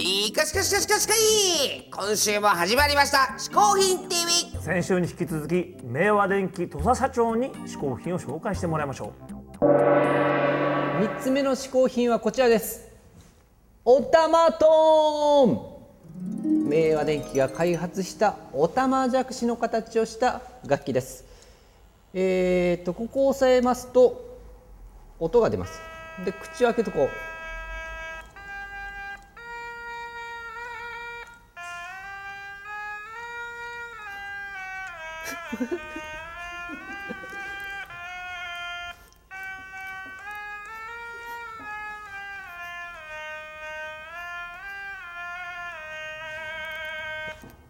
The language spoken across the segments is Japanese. シカシカシカイ今週も始まりました「嗜好品 TV」先週に引き続き明和電機土佐社長に試行品を紹介してもらいましょ3つ目の嗜好品はこちらですおたまトーン明和電機が開発したおたまじゃくしの形をした楽器ですえー、とここを押さえますと音が出ますで口を開けるとこう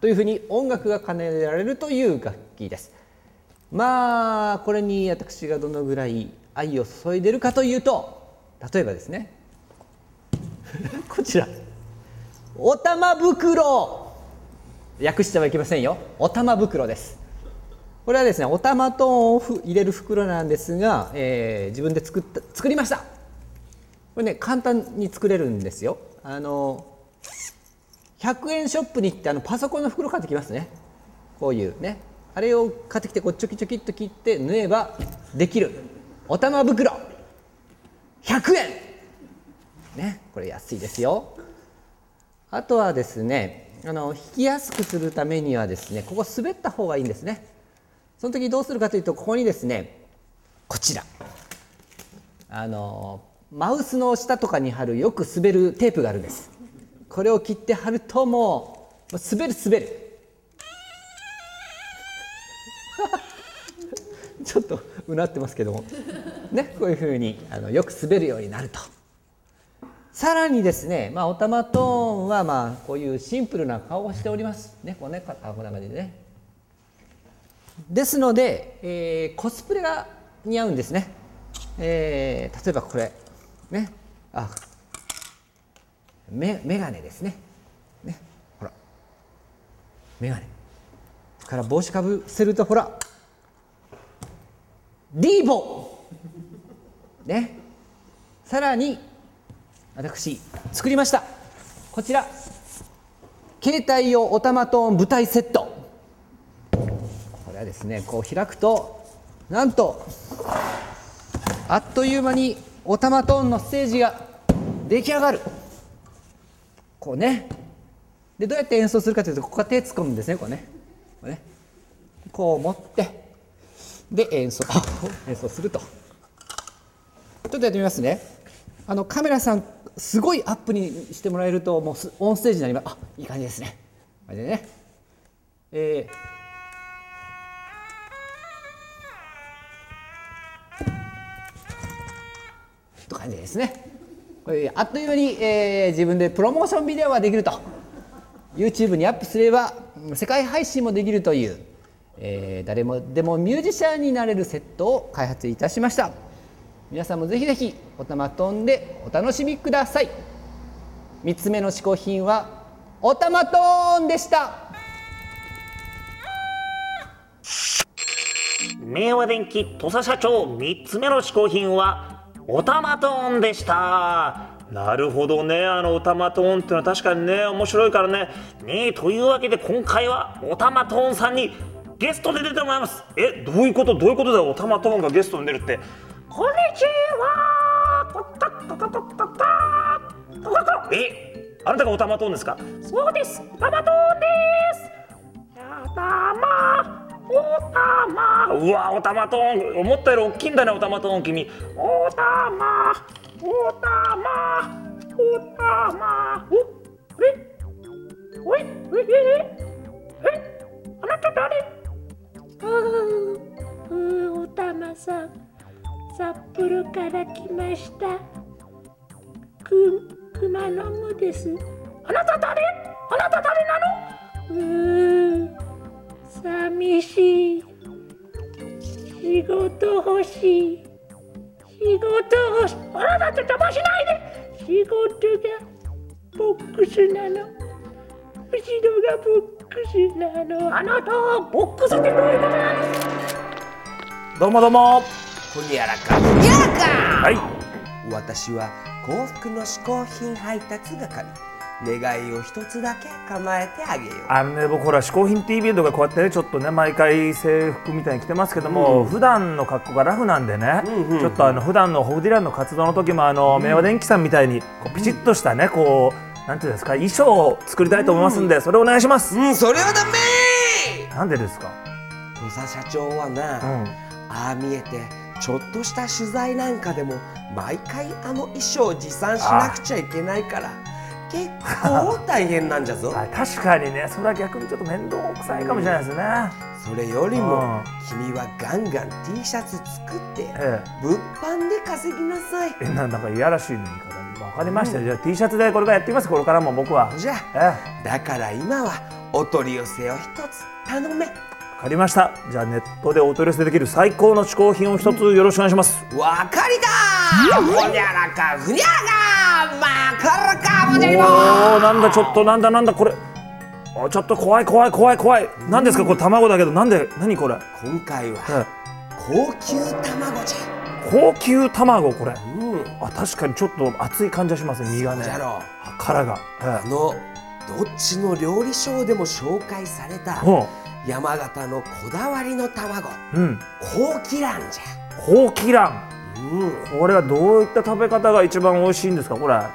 というふうに音楽が奏でられるという楽器ですまあこれに私がどのぐらい愛を注いでるかというと例えばですね こちらお玉袋訳してはいけませんよお玉袋ですこれはですねお玉トーンをふ入れる袋なんですが、えー自分で作った作りましたこれね簡単に作れるんですよあの100円ショップに行ってあのパソコンの袋買ってきますねこういうねあれを買ってきてこうチョキチョキっと切って縫えばできるお玉袋100円ねこれ安いですよあとはですねあの引きやすくするためにはですねここ滑った方がいいんですねその時どうするかというとここにですねこちらあのマウスの下とかに貼るよく滑るテープがあるんですこれを切って貼るともうもう滑る滑る ちょっとうなってますけどもねこういうふうにあのよく滑るようになるとさらにですね、まあ、おたまトーンはまあこういうシンプルな顔をしておりますねこうねここんな感じでねですので、えーコスプレが似合うんですね、えー例えばこれねあメメガネですねねほらメガネから帽子かぶせるとほらリーボねさらに私作りましたこちら携帯用おたまトーン舞台セットこれはですねこう開くとなんとあっという間におたまトーンのステージが出来上がるこうねでどうやって演奏するかというとここから手突っ込むんですねこうねこうねこう持ってで演奏演奏するとちょっとやってみますねあのカメラさんすごいアップにしてもらえるともうすオンステージになりますあいい感じですねこれでねえーと感じですね。これあっという間に、えー自分でプロモーションビデオができると YouTube にアップすればうん世界配信もできるという、えー誰もでもミュージシャンになれるセットを開発いたしました皆さんもぜひぜひおたま飛んでお楽しみください3つ目の嗜好品はおたまトーンでしたう明和電機土佐社長3つ目の試行品はおたまトーンでしたなるほどねあのおたまトーンってのは確かにね面白いからねねえというわけで今回はおたまトーンさんにゲストで出てもらいますえどういうことどういうことだよおたまトーンがゲストに出るってこんにちはこったったたたたたこここえあなたがおたまトーンですかそうですおたまトーンですやだまおたまうわおたまトーン思ったより大きいんだねおたまトーン君おたまおたまおたまおあれおいええええあなた誰ふうふうおたまさん札幌から来ましたく熊野むですあなた誰あなた誰なのうーん寂しい仕事欲しい仕事欲しいあなたって邪魔しないで仕事がボックスなの後ろがボックスなのあなたはボックスってどういうことなのどうもどうもほにゃらかほにゃらかはい私は幸福の嗜好品配達係願いを一つだけ叶えてあげようあのね僕ほら嗜好品 TV とかこうやってねちょっとね毎回制服みたいに着てますけども、普段の格好がラフなんでね、ちょっとあの普段のホフディランの活動の時もあの明和電機さんみたいにこうピチッとしたねこうなんていうんですか衣装を作りたいと思いますんで、それお願いします、うんそれはダメなんでですか、土佐社長はな、うん、ああ見えてちょっとした取材なんかでも毎回あの衣装を持参しなくちゃいけないから結構大変なんじゃぞあ確かにねそれは逆にちょっと面倒くさいかもしれないですね、それよりうんも君はガンガン T シャツ作ってえ物販で稼ぎなさいええななんかいやらしいの言い方わかりました、じゃあ T シャツでこれからやってみますこれからも僕はじゃええわあだから今はお取り寄せを一つ頼めかりましたじゃあネットでお取り寄せできる最高の嗜好品を一つよろしくお願いします、わかりだほにゃらかふにゃらかまかるかもじゃりもおおなんだちょっとなんだなんだこれあちょっと怖い怖い怖い怖い何ですかこれ卵だけどなんで何これ、今回はえ高級卵じゃえ高級卵これうんあ確かにちょっと熱い感じがしますね身がねじゃろあ殻が、えあのどっちの料理ショーでも紹介されたえほ山形のこだわりの卵ううん高貴卵じゃ高貴卵うんやこれはどういった食べ方が一番美味しいんですかこれは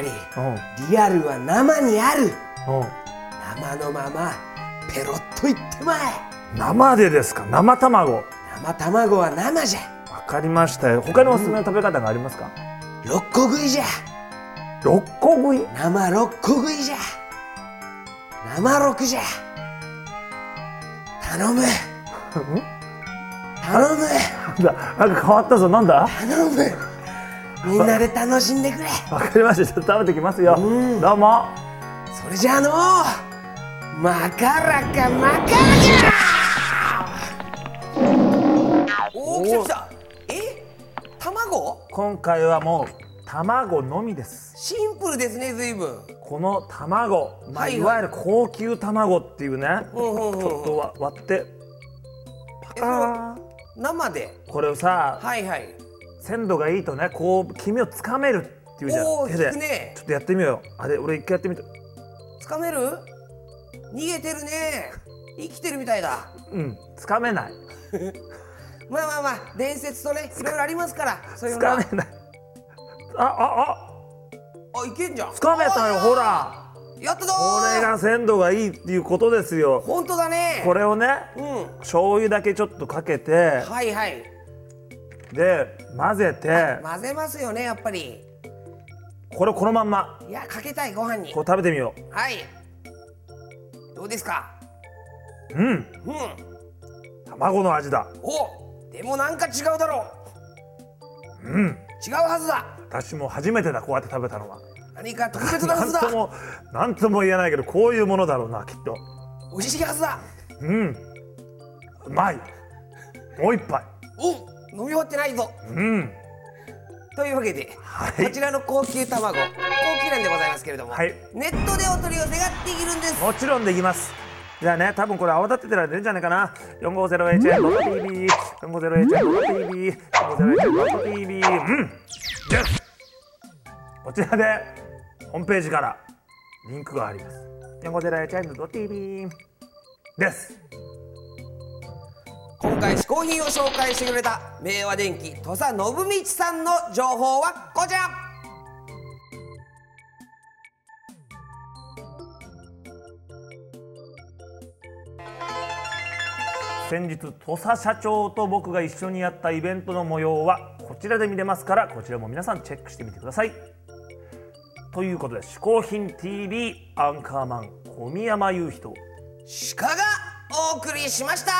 りうんうんリアルは生にあるう生のままペロッといってまえん生でですか生卵生卵は生じゃわかりましたよ他におすすめの食べ方がありますか六個食いじゃ六個食い生六個食いじゃ生六じゃ頼む頼むなんだなんか変わったぞなんだ頼むみんなで楽しんでくれわかりましたちょっと食べてきますよ、うんどうもそれじゃあのマカラカマカラじゃおお来た来たえ卵今回はもう卵のみですシンプルですね随分この卵、まあはいいはいわゆる高級卵っていうね、うんうんうんちょっとわ割ってパカーン生でこれをさ、はいはい鮮度がいいとねこう黄身をつかめるっていうじゃんおお手聞で、くねちょっとやってみようよあれ俺一回やってみてつかめる逃げてるね生きてるみたいだうんつかめないまあまあまあ伝説とねいろいろありますからそういうつのはかめないああああいけんじゃんつかめたよほらやったぞこれーが鮮度がいいっていうことですよ本当だねこれをねうん醤油だけちょっとかけてはいはいで混ぜて混ぜますよねやっぱりこれをこのまんまいやかけたいご飯にこう食べてみよはい。どうですか。ううんうん。卵の味だお、でもなんか違うだろうんう。違うはずだ。私も初めてだこうやって食べたのは何か特別なは何ずだと。も何とも言えないけどこういうものだろうなきっと美味しいはずだ。うんうまいもう一杯お、飲み終わってないぞ。うんというわけで、はいこちらの高級卵、高級なんでございますけれども、はいネットでお取り寄せができるんです。もちろんできますじゃあね多分これ泡立ててられるんじゃないかな 450HN.tv450HN.tv450HN.tv うんですこちらでホームページからリンクがあります 450HN.tv です今回試行品を紹介してくれた明和電機土佐信道さんの情報はこちら先日土佐社長と僕が一緒にやったイベントの模様はこちらで見れますからこちらも皆さんチェックしてみてくださいということで「嗜好品 TV」アンカーマン小宮山雄飛と鹿がお送りしました